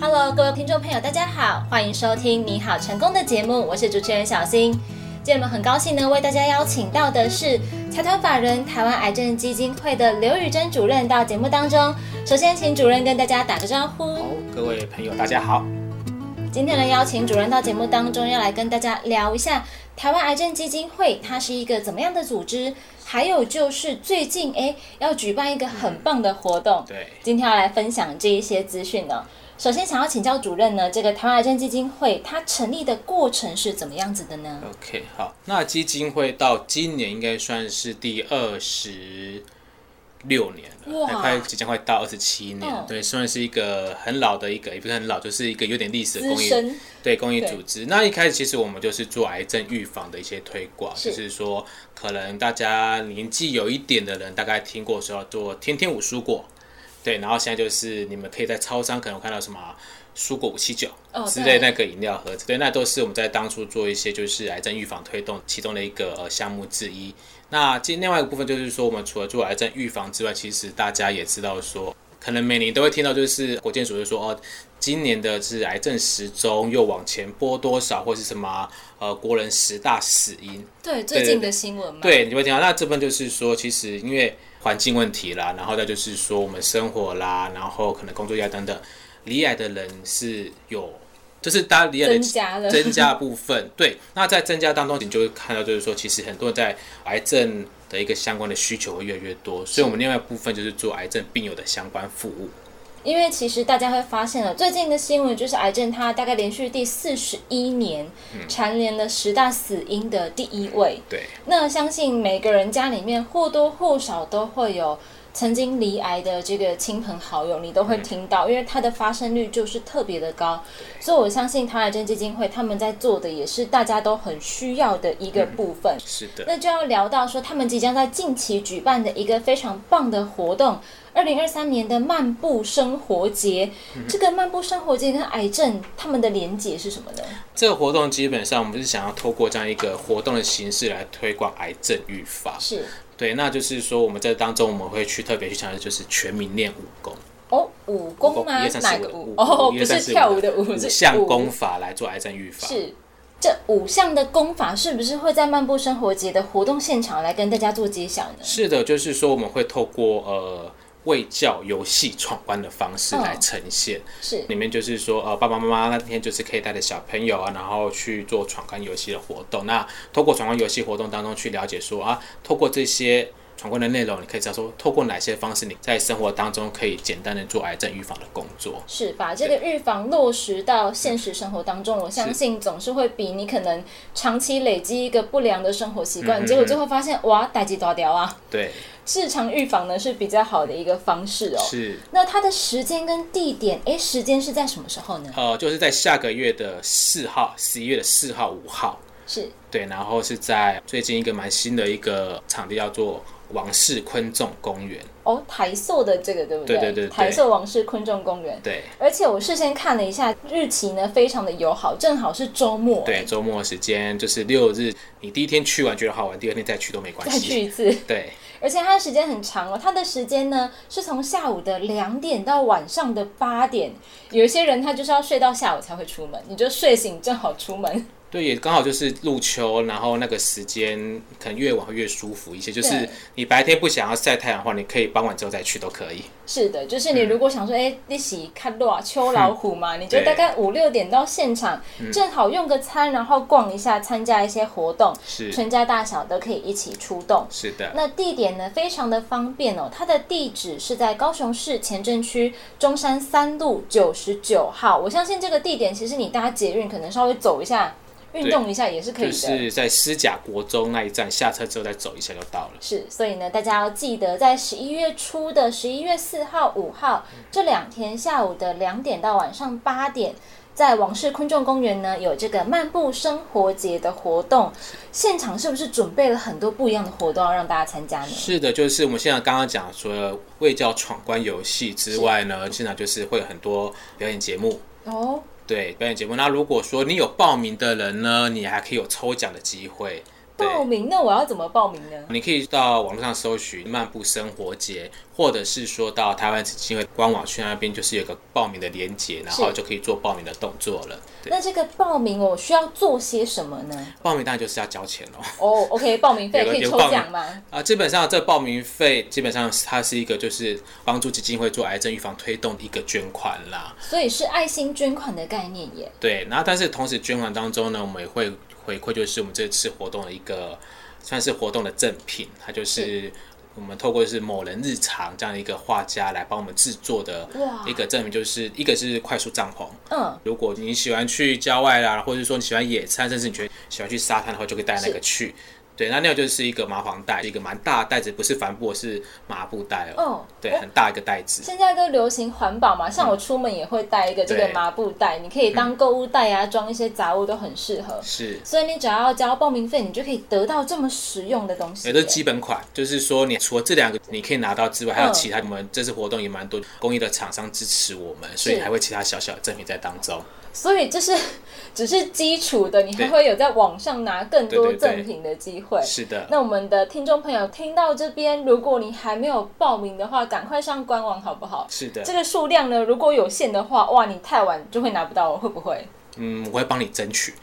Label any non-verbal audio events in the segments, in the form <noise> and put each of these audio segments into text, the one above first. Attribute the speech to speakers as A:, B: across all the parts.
A: Hello，各位听众朋友，大家好，欢迎收听《你好成功》的节目，我是主持人小新。今天我们很高兴呢，为大家邀请到的是财团法人台湾癌症基金会的刘宇珍主任到节目当中。首先，请主任跟大家打个招呼。
B: 好，各位朋友，大家好。
A: 今天呢，邀请主任到节目当中，要来跟大家聊一下台湾癌症基金会，它是一个怎么样的组织？还有就是最近诶要举办一个很棒的活动，
B: 对，
A: 今天要来分享这一些资讯呢、首先，想要请教主任呢，这个台湾癌症基金会它成立的过程是怎么样子的呢？
B: OK，好，那基金会到今年应该算是第二十六年了，
A: 哇
B: 还快即将快到二十七年，
A: 嗯
B: 对，算是一个很老的一个，也不是很老，就是一个有点历史的
A: 资
B: 公益
A: 深
B: 对公益
A: 对
B: 组织。那一开始其实我们就是做癌症预防的一些推广，
A: 是
B: 就是说可能大家年纪有一点的人，大概听过说要做天天五蔬果，对，然后现在就是你们可以在超商可能看到什么。蔬果五七九
A: 哦
B: 之
A: 对
B: 类那个饮料盒子，对，那都是我们在当初做一些就是癌症预防推动其中的一个呃项目之一。那其另外一个部分就是说，我们除了做癌症预防之外，其实大家也知道说，可能每年都会听到，就是国健署就说哦，今年的是癌症时钟又往前拨多少，或是什么呃国人十大死因，
A: 对最近的新闻嘛，
B: 对，你会听到。那这份就是说，其实因为环境问题啦，然后再就是说我们生活啦，然后可能工作压力等等，离癌的人是有，就是大家离癌的
A: 增加
B: <laughs>
A: 了
B: 增加的部分。对，那在增加当中，你就会看到就是说，其实很多人在癌症的一个相关的需求会越来越多，所以我们另外一部分就是做癌症病友的相关服务。
A: 因为其实大家会发现了，最近的新闻就是癌症，它大概连续第四十一年
B: 嗯
A: 蝉联了十大死因的第一位。
B: 对。
A: 那相信每个人家里面或多或少都会有曾经罹癌的这个亲朋好友，你都会听到，因为它的发生率就是特别的高。所以我相信台湾癌症基金会他们在做的也是大家都很需要的一个部分。
B: 是的，
A: 那就要聊到说，他们即将在近期举办的一个非常棒的活动——二零二三年的漫步生活节。这个漫步生活节跟癌症他们的连结是什么呢？
B: 这个活动基本上我们是想要透过这样一个活动的形式来推广癌症预防。
A: 是
B: 对，那就是说我们在当中我们会去特别去强调，就是全民练武功，
A: 哦，武功吗
B: 一二？三
A: 哪
B: 四
A: 个
B: 五
A: 武？
B: 的
A: 哦，
B: 一
A: 不
B: 二三
A: 是
B: 四
A: 跳舞的舞，
B: 五
A: 是
B: 项
A: 武
B: 功法来做癌症预防。
A: 是。这五项的功法是不是会在漫步生活节的活动现场来跟大家做揭晓呢？
B: 是的，就是说我们会透过呃。卫教游戏闯关的方式
A: 嗯
B: 来呈现，
A: 是
B: 里面就是说，呃，爸爸妈妈那天就是可以带着小朋友啊，然后去做闯关游戏的活动。那透过闯关游戏活动当中去了解说啊，透过这些闯关的内容，你可以知道说，透过哪些方式你在生活当中可以简单的做癌症预防的工作。
A: 是，把这个预防落实到现实生活当中，我相信总是会比你可能长期累积一个不良的生活习惯，结果最后发现哇，逮鸡抓掉啊！
B: 对，
A: 日常预防呢是比较好的一个方式哦。
B: 是
A: 那它的时间跟地点，诶，时间是在什么时候呢？
B: 呃，就是在下个月的四号，十一月的四号、五号，
A: 是
B: 对，然后是在最近一个蛮新的一个场地叫做王室昆仲公园，
A: 哦，台塑的这个对不
B: 对对对对
A: 台塑王室昆仲公园。
B: 对
A: 而且我事先看了一下日期呢，非常的友好，正好是周末，
B: 对，周末时间就是六日，你第一天去完觉得好玩，第二天再去都没关
A: 再去
B: 系。
A: 一次。
B: 对，
A: 而且它的时间很长哦，它的时间呢是从下午的两点到晚上的八点。有一些人他就是要睡到下午才会出门，你就睡醒正好出门。 <laughs>
B: 对，也刚好就是入秋，然后那个时间可能越晚会越舒服一些。就是
A: 对
B: 你白天不想要晒太阳的话，你可以傍晚之后再去都可以。
A: 是的，就是
B: 嗯
A: 你如果想说，哎、一起看落秋老虎嘛，你就大概五六点到现场，
B: 嗯
A: 正好用个餐，然后逛一下，参加一些活动，
B: 是
A: 全家大小都可以一起出动。
B: 是的，
A: 那地点呢，非常的方便哦。它的地址是在高雄市前镇区中山三路九十九号。我相信这个地点，其实你搭捷运可能稍微走一下，运动一下也是可以
B: 就
A: 的。
B: 是在师甲国中那一站下车之后再走一下就到了。
A: 是，所以呢，大家要记得在十一月初的十一月四号、五号这两天下午的两点到晚上八点，在王室昆仲公园呢有这个漫步生活节的活动。现场是不是准备了很多不一样的活动要让大家参加呢？
B: 是的，就是我们现在刚刚讲除了卫教闯关游戏之外呢，现场就是会有很多表演节目。
A: 哦，
B: 对，表演节目。那如果说你有报名的人呢，你还可以有抽奖的机会。对，
A: 报名那我要怎么报名呢？
B: 你可以到网络上搜寻“漫步生活节”或者是说到台湾基金会官网去那边，就是有个报名的连接，然后就可以做报名的动作了。对，
A: 那这个报名我需要做些什么
B: <laughs>
A: 呢？
B: 报名当然就是要交钱哦。
A: 哦、o k 报名费
B: 有个
A: 可以
B: 有
A: 抽
B: 报名
A: 奖吗？
B: 啊，基本上这报名费基本上它是一个就是帮助基金会做癌症预防推动的一个捐款啦。
A: 所以是爱心捐款的概念耶。
B: 对，然后但是同时捐款当中呢，我们也会回馈就是我们这次活动的一个算是活动的赠品，它就是。我们透过是某人日常这样的一个画家来帮我们制作的
A: 哇
B: 一个赠品，就是一个是快速帐篷，
A: 嗯，
B: 如果你喜欢去郊外啦，或者说你喜欢野餐，甚至你觉得喜欢去沙滩的话，就可以带那个去。对，那那个就是一个麻黄袋，一个蛮大的袋子，不是帆布，是麻布袋哦。
A: 哦
B: 对，
A: 我
B: 很大一个袋子。
A: 现在都流行环保嘛，像我出门也会带一个这个
B: 嗯对
A: 麻布袋，你可以当购物袋啊，装一些杂物都很适合。
B: 是，
A: 所以你只要交报名费，你就可以得到这么实用的东西
B: 也
A: 耶。
B: 都是基本款，就是说你除了这两个你可以拿到之外，还有
A: 嗯
B: 其他我们这次活动也蛮多公益的厂商支持我们，所以还会其他小小的赠品在当中。
A: 所以这是只是基础的，你还
B: 对
A: 会有在网上拿更多
B: 对对对
A: 赠品的机会。
B: 是的，
A: 那我们的听众朋友听到这边，如果你还没有报名的话，赶快上官网好不好？
B: 是的
A: 这。个数量呢，如果有限的话，哇，你太晚就会拿不到了，会不会？ <laughs>
B: 嗯，我会帮你争取。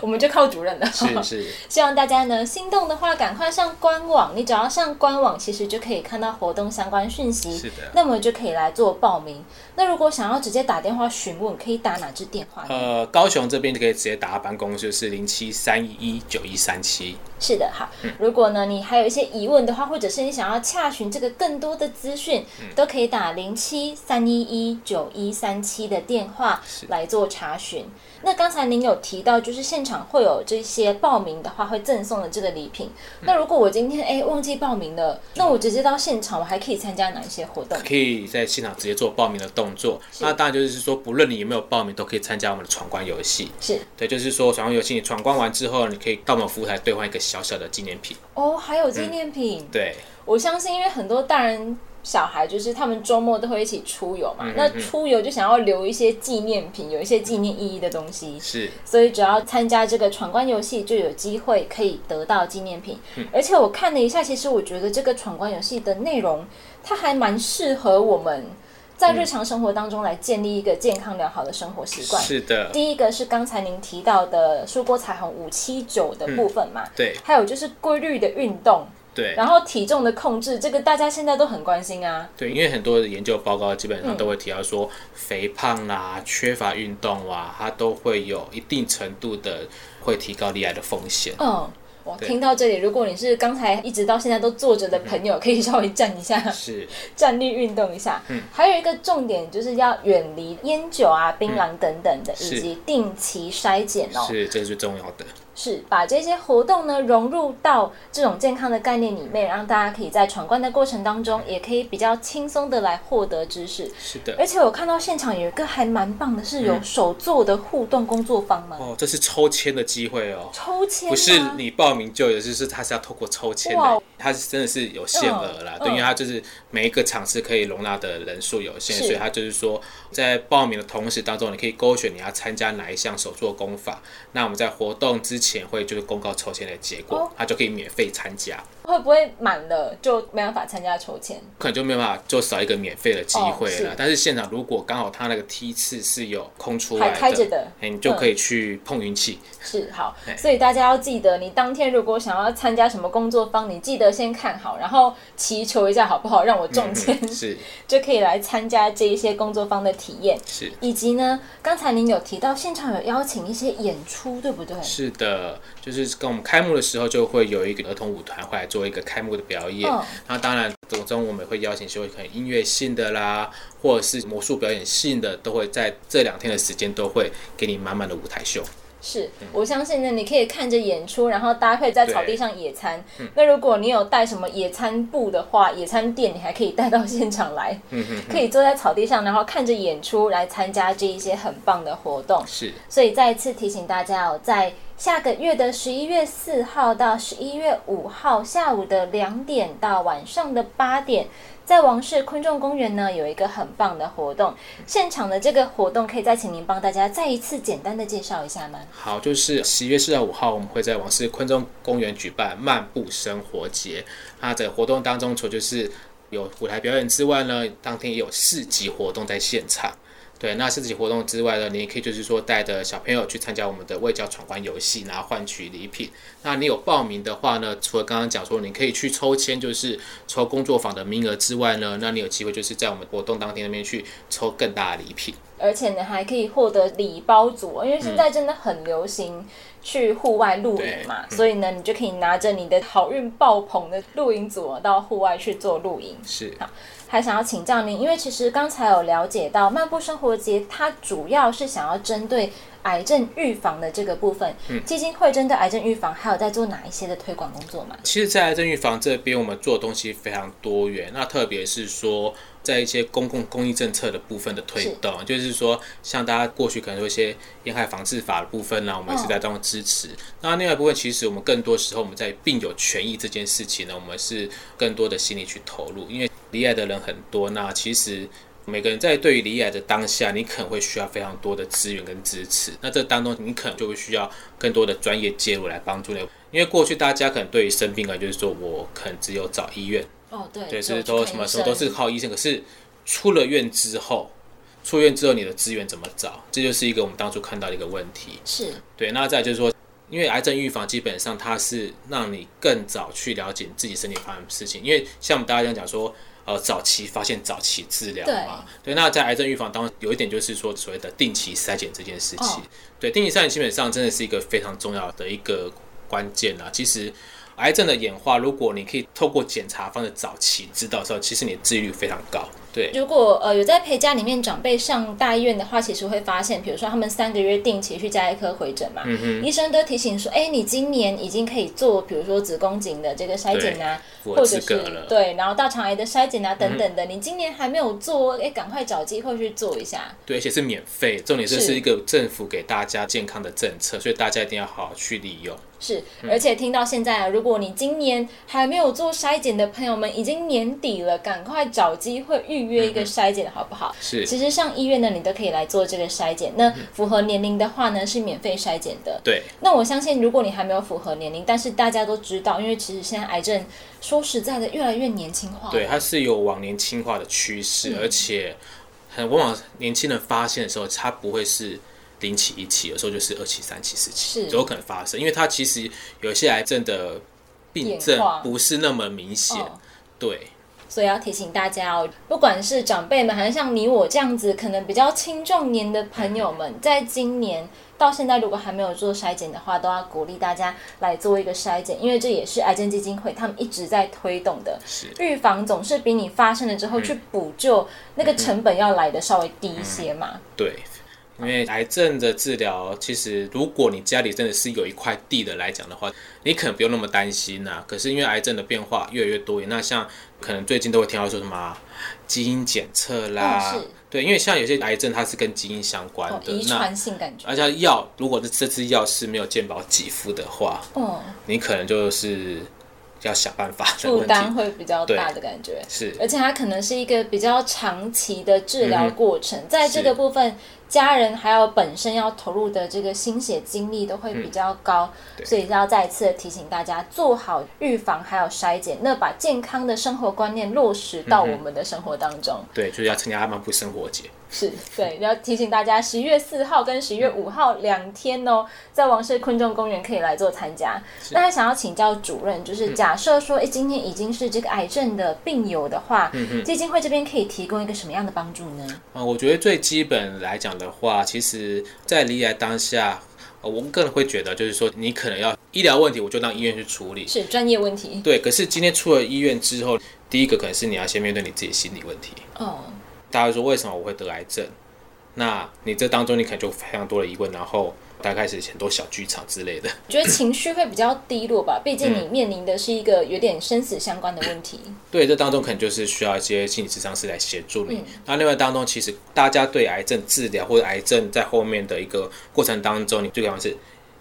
A: 我们就靠主任了。
B: 是是，
A: <laughs> 希望大家呢心动的话，赶快上官网。你只要上官网，其实就可以看到活动相关讯息。
B: 是的
A: 那么就可以来做报名。那如果想要直接打电话询问，可以打哪支电话呢？
B: 呃，高雄这边就可以直接打到办公室，就是零七三一一九一三七。
A: 是的，好。如果呢你还有一些疑问的话，或者是你想要洽询这个更多的资讯，都可以打零七三一一九一三七的电话来做查询。那刚才您有提到，就是现场会有这些报名的话，会赠送的这个礼品。那如果我今天哎忘记报名了，那我直接到现场，我还可以参加哪一些活动？
B: 可以在现场直接做报名的动作。那当然就是说，不论你有没有报名，都可以参加我们的闯关游戏。
A: 是
B: 对，就是说闯关游戏，你闯关完之后，你可以到我们服务台兑换一个小小的纪念品。
A: 哦，还有纪念品。
B: 对，
A: 我相信，因为很多大人小孩就是他们周末都会一起出游嘛，
B: 嗯
A: 那出游就想要留一些纪念品，有一些纪念意义的东西。
B: 是
A: 所以只要参加这个闯关游戏，就有机会可以得到纪念品。
B: 嗯
A: 而且我看了一下，其实我觉得这个闯关游戏的内容，它还蛮适合我们在日常生活当中来建立一个健康良好的生活习惯。
B: 是的，
A: 第一个是刚才您提到的蔬果彩虹五七九的部分嘛，
B: 嗯对
A: 还有就是规律的运动，
B: 对
A: 然后体重的控制，这个大家现在都很关心啊。
B: 对，因为很多的研究报告基本
A: 嗯
B: 上都会提到说，肥胖啦、缺乏运动啊，它都会有一定程度的会提高罹癌的风险。
A: 嗯，我
B: 对
A: 听到这里，如果你是刚才一直到现在都坐着的朋友，可以稍微站一下，
B: 是
A: 站立运动一下。嗯，还有一个重点就是要远离烟酒啊、槟榔等等的，
B: 是
A: 以及定期筛检哦。
B: 是，这是最重要的。
A: 是把这些活动呢融入到这种健康的概念里面，让大家可以在闯关的过程当中，也可以比较轻松的来获得知识。
B: 是的。
A: 而且我看到现场有一个还蛮棒的，是有手做的互动工作坊吗？
B: 哦，这是抽签的机会哦。
A: 抽签吗
B: 不是你报名就有，就是他是要透过抽签
A: 哇哦
B: 的，他是真的是有限额啦，
A: 嗯
B: 对，
A: 嗯
B: 因为他就是每一个场次可以容纳的人数有限，
A: 是
B: 所以他就是说在报名的同时当中，你可以勾选你要参加哪一项手作功法，那我们在活动之前会就是公告抽签的结果，
A: 哦
B: 他就可以免费参加，
A: 会不会满了就没办法参加抽签？
B: 可能就没有办法就少一个免费的机会
A: 哦是
B: 了。但是现场如果刚好他那个梯次是有空出来
A: 还开着的嗯
B: 哎，你就可以去碰运气。
A: 是好，所以大家要记得，你当天如果想要参加什么工作坊，你记得先看好，然后祈求一下好不好，让我中签、
B: 嗯是
A: 就可以来参加这一些工作坊的体验。
B: 是。
A: 以及呢，刚才您有提到现场有邀请一些演出，对不对？
B: 是的，就是跟我们开幕的时候就会有一个儿童舞团会来做一个开幕的表演。
A: 嗯
B: 那当然，总中我们会邀请就可能音乐性的啦，或者是魔术表演性的，都会在这两天的时间都会给你满满的舞台秀。
A: 是我相信呢，你可以看着演出，然后搭配在草地上野餐。那如果你有带什么野餐布的话，野餐垫你还可以带到现场来，可以坐在草地上，然后看着演出来参加这一些很棒的活动。
B: 是
A: 所以再一次提醒大家哦，在下个月的十一月四号到十一月五号下午的两点到晚上的八点，在王室昆仲公园呢有一个很棒的活动。现场的这个活动，可以再请您帮大家再一次简单的介绍一下吗？
B: 好，就是十一月四到五号，我们会在王室昆中公园举办漫步生活节。那在活动当中，除了就是有舞台表演之外呢，当天也有市集活动在现场。对，那市集活动之外呢，你也可以就是说带着小朋友去参加我们的卫教闯关游戏，然后换取礼品。那你有报名的话呢，除了刚刚讲说你可以去抽签，就是抽工作坊的名额之外呢，那你有机会就是在我们活动当天那边去抽更大的礼品。
A: 而且呢还可以获得礼包组，因为现在真的很流行去户外露营
B: 嗯
A: 嘛，所以呢你就可以拿着你的好运爆棚的露营组到户外去做露营。
B: 是，
A: 还想要请教您，因为其实刚才有了解到漫步生活节，它主要是想要针对癌症预防的这个部分，
B: 嗯
A: 基金会针对癌症预防还有在做哪一些的推广工作嘛？
B: 其实，在癌症预防这边，我们做的东西非常多元。那特别是说，在一些公共公益政策的部分的推动，就是说，像大家过去可能有一些烟害防治法的部分呢、我们也是在当中支持。那另外一部分，其实我们更多时候我们在病友权益这件事情呢，我们是更多的心力去投入，因为离癌的人很多，那其实。每个人在对于离癌的当下，你可能会需要非常多的资源跟支持。那这当中，你可能就会需要更多的专业介入来帮助你，因为过去大家可能对于生病啊，就是说我可能只有找医院，
A: 哦，对，
B: 对，
A: 只有
B: 是
A: 去
B: 都
A: 看
B: 什么
A: 医
B: 什么都
A: 生
B: 是靠医生。可是出了院之后，出院之后你的资源怎么找？这就是一个我们当初看到的一个问题。
A: 是
B: 对，那再就是说，因为癌症预防基本上它是让你更早去了解自己身体发生的事情，因为像我们大家这样讲说，呃，早期发现、早期治疗嘛。对，那在癌症预防当中，有一点就是说所谓的定期筛检这件事情。
A: 哦
B: 对，定期筛检基本上真的是一个非常重要的一个关键啊。其实。癌症的演化，如果你可以透过检查方的早期知道的时候，其实你的治愈率非常高。对，
A: 如果呃有在陪家里面长辈上大医院的话，其实会发现，比如说他们三个月定期去加医科回诊嘛，医生都提醒说，哎、你今年已经可以做，比如说子宫颈的这个筛检啊，
B: 符
A: 或
B: 合
A: 者
B: 资
A: 是
B: 格了。
A: 对，然后大肠癌的筛检啊等等的，你今年还没有做，哎、赶快找机会去做一下。
B: 对，而且是免费，重点是
A: 是
B: 是一个政府给大家健康的政策，所以大家一定要好好去利用。
A: 是，而且听到现在啊，如果你今年还没有做筛检的朋友们，已经年底了，赶快找机会预约一个筛检，好不好？
B: 是，
A: 其实上医院呢，你都可以来做这个筛检。那符合年龄的话呢，是免费筛检的。
B: 对，
A: 那我相信，如果你还没有符合年龄，但是大家都知道，因为其实现在癌症说实在的越来越年轻化。
B: 对，，它是有往年轻化的趋势，
A: 嗯
B: 而且很往往年轻人发现的时候，它不会是零期、一期，有时候就是二期、三期、四期
A: 是
B: 都有可能发生，因为它其实有一些癌症的病
A: 演
B: 症
A: 化
B: 不是那么明显，
A: 哦
B: 对。
A: 所以要提醒大家哦，不管是长辈们，还是像你我这样子可能比较青壮年的朋友们，在今年到现在如果还没有做筛检的话，都要鼓励大家来做一个筛检，因为这也是癌症基金会他们一直在推动的。
B: 是
A: 预防总是比你发生了
B: 嗯
A: 之后去补救，那个成本要来的稍微低一些嘛。
B: 对，因为癌症的治疗，其实如果你家里真的是有一块地的来讲的话，你可能不用那么担心呐、可是因为癌症的变化越来越多元，那像可能最近都会听到说什么基因检测啦，
A: 哦是
B: 对，因为像有些癌症它是跟基因相关
A: 哦，
B: 嗯的，
A: 遗
B: 那啊
A: 传性感觉。
B: 而且药，如果这这支药是没有健保给付的话，
A: 哦，
B: 你可能就是要想办法的
A: 负
B: 问题。
A: 担会比较大的感觉。
B: 是，
A: 而且它可能是一个比较长期的治疗过
B: 嗯
A: 程，在这个部分，家人还有本身要投入的这个心血精力都会
B: 嗯
A: 比较高，所以要再次提醒大家做好预防还有筛检，那把健康的生活观念落实到
B: 嗯
A: 我们的生活当中。
B: 对，就是要参加漫步生活节。
A: 是对，要提醒大家，十月四号跟十月五号两天哦，在王室昆仲公园可以来做参加。那还想要请教主任，就是假设说，哎、今天已经是这个癌症的病友的话，基金会这边可以提供一个什么样的帮助呢？
B: 啊，我觉得最基本来讲的话，其实，在离癌当下，呃我个人会觉得，就是说，你可能要医疗问题，我就让医院去处理。
A: 是专业问题
B: 对，可是今天出了医院之后，第一个可能是你要先面对你自己心理问题。
A: 哦，
B: 大家会说为什么我会得癌症？那你这当中你可能就非常多的疑问，然后大概是很多小剧场之类的。
A: 我觉得情绪会比较低落 <clears throat> 吧，毕竟你面临的是一个有点生死相关的问题。
B: 对，这当中可能就是需要一些心理咨商师来协助你。那另外当中，其实大家对癌症治疗或者癌症在后面的一个过程当中，你最重要的是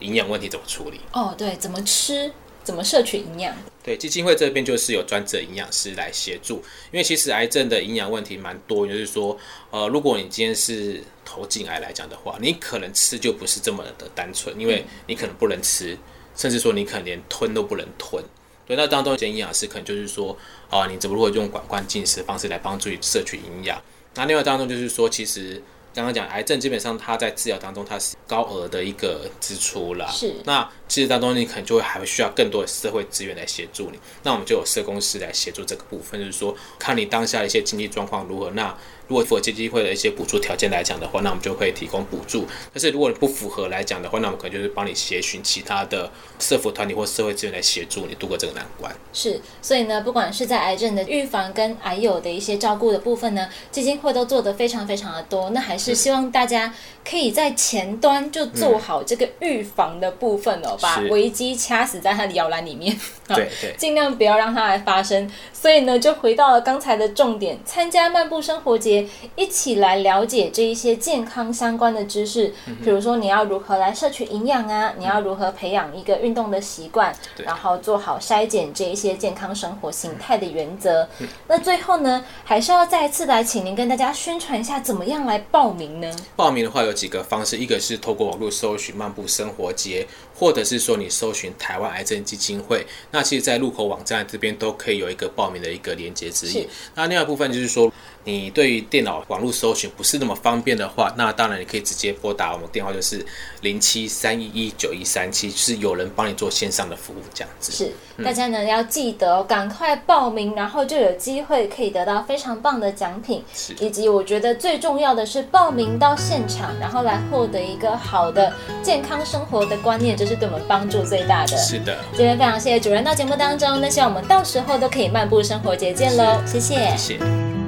B: 营养问题怎么处理。
A: 哦，对，怎么吃，怎么摄取营养，
B: 对，基金会这边就是有专职的营养师来协助，因为其实癌症的营养问题蛮多，也就是说，呃，如果你今天是头颈癌来讲的话，你可能吃就不是这么的单纯，因为你可能不能吃，甚至说你可能连吞都不能吞。对，那当中一些营养师可能就是说，啊、你怎么如何用管灌进食方式来帮助你摄取营养？那另外当中就是说，其实刚刚讲癌症基本上它在治疗当中它是高额的一个支出啦。
A: 是
B: 那其实当中你可能就会还会需要更多的社会资源来协助你。那我们就有社工师来协助这个部分，就是说看你当下的一些经济状况如何。那如果符合基金会的一些补助条件来讲的话，那我们就会提供补助。但是如果你不符合来讲的话，那我们可能就是帮你协寻其他的社服团体或社会资源来协助你度过这个难关。
A: 是，所以呢，不管是在癌症的预防跟癌友的一些照顾的部分呢，基金会都做得非常非常的多。那还是希望大家可以在前端就做好这个预防的部分哦，把
B: 是
A: 危机掐死在它的摇篮里面。
B: 对对
A: 尽量不要让它来发生。所以呢，就回到了刚才的重点，参加漫步生活节，一起来了解这一些健康相关的知识，比如说你要如何来摄取营养啊，你要如何培养一个运动的习惯，
B: 对
A: 然后做好筛检这一些健康生活形态的原则。那最后呢，还是要再一次来请您跟大家宣传一下，怎么样来报名呢？
B: 报名的话有几个方式，一个是透过网络搜寻“漫步生活节”，或者是说你搜寻“台湾癌症基金会”。那其实，在入口网站这边都可以有一个报名的一个连接指引
A: 是。
B: 那另外一部分就是说，你对于电脑网络搜寻不是那么方便的话，那当然你可以直接拨打我们电话，就是零七三一一九一三七，就是有人帮你做线上的服务这样子。
A: 是，大家呢要记得哦赶快报名，然后就有机会可以得到非常棒的奖品，
B: 是
A: 以及我觉得最重要的是报名到现场，然后来获得一个好的健康生活的观念，这是对我们帮助最大的。
B: 是的，
A: 今天非常谢谢主任到节目当中，那希望我们到时候都可以漫步生活节见喽，谢谢
B: 谢谢。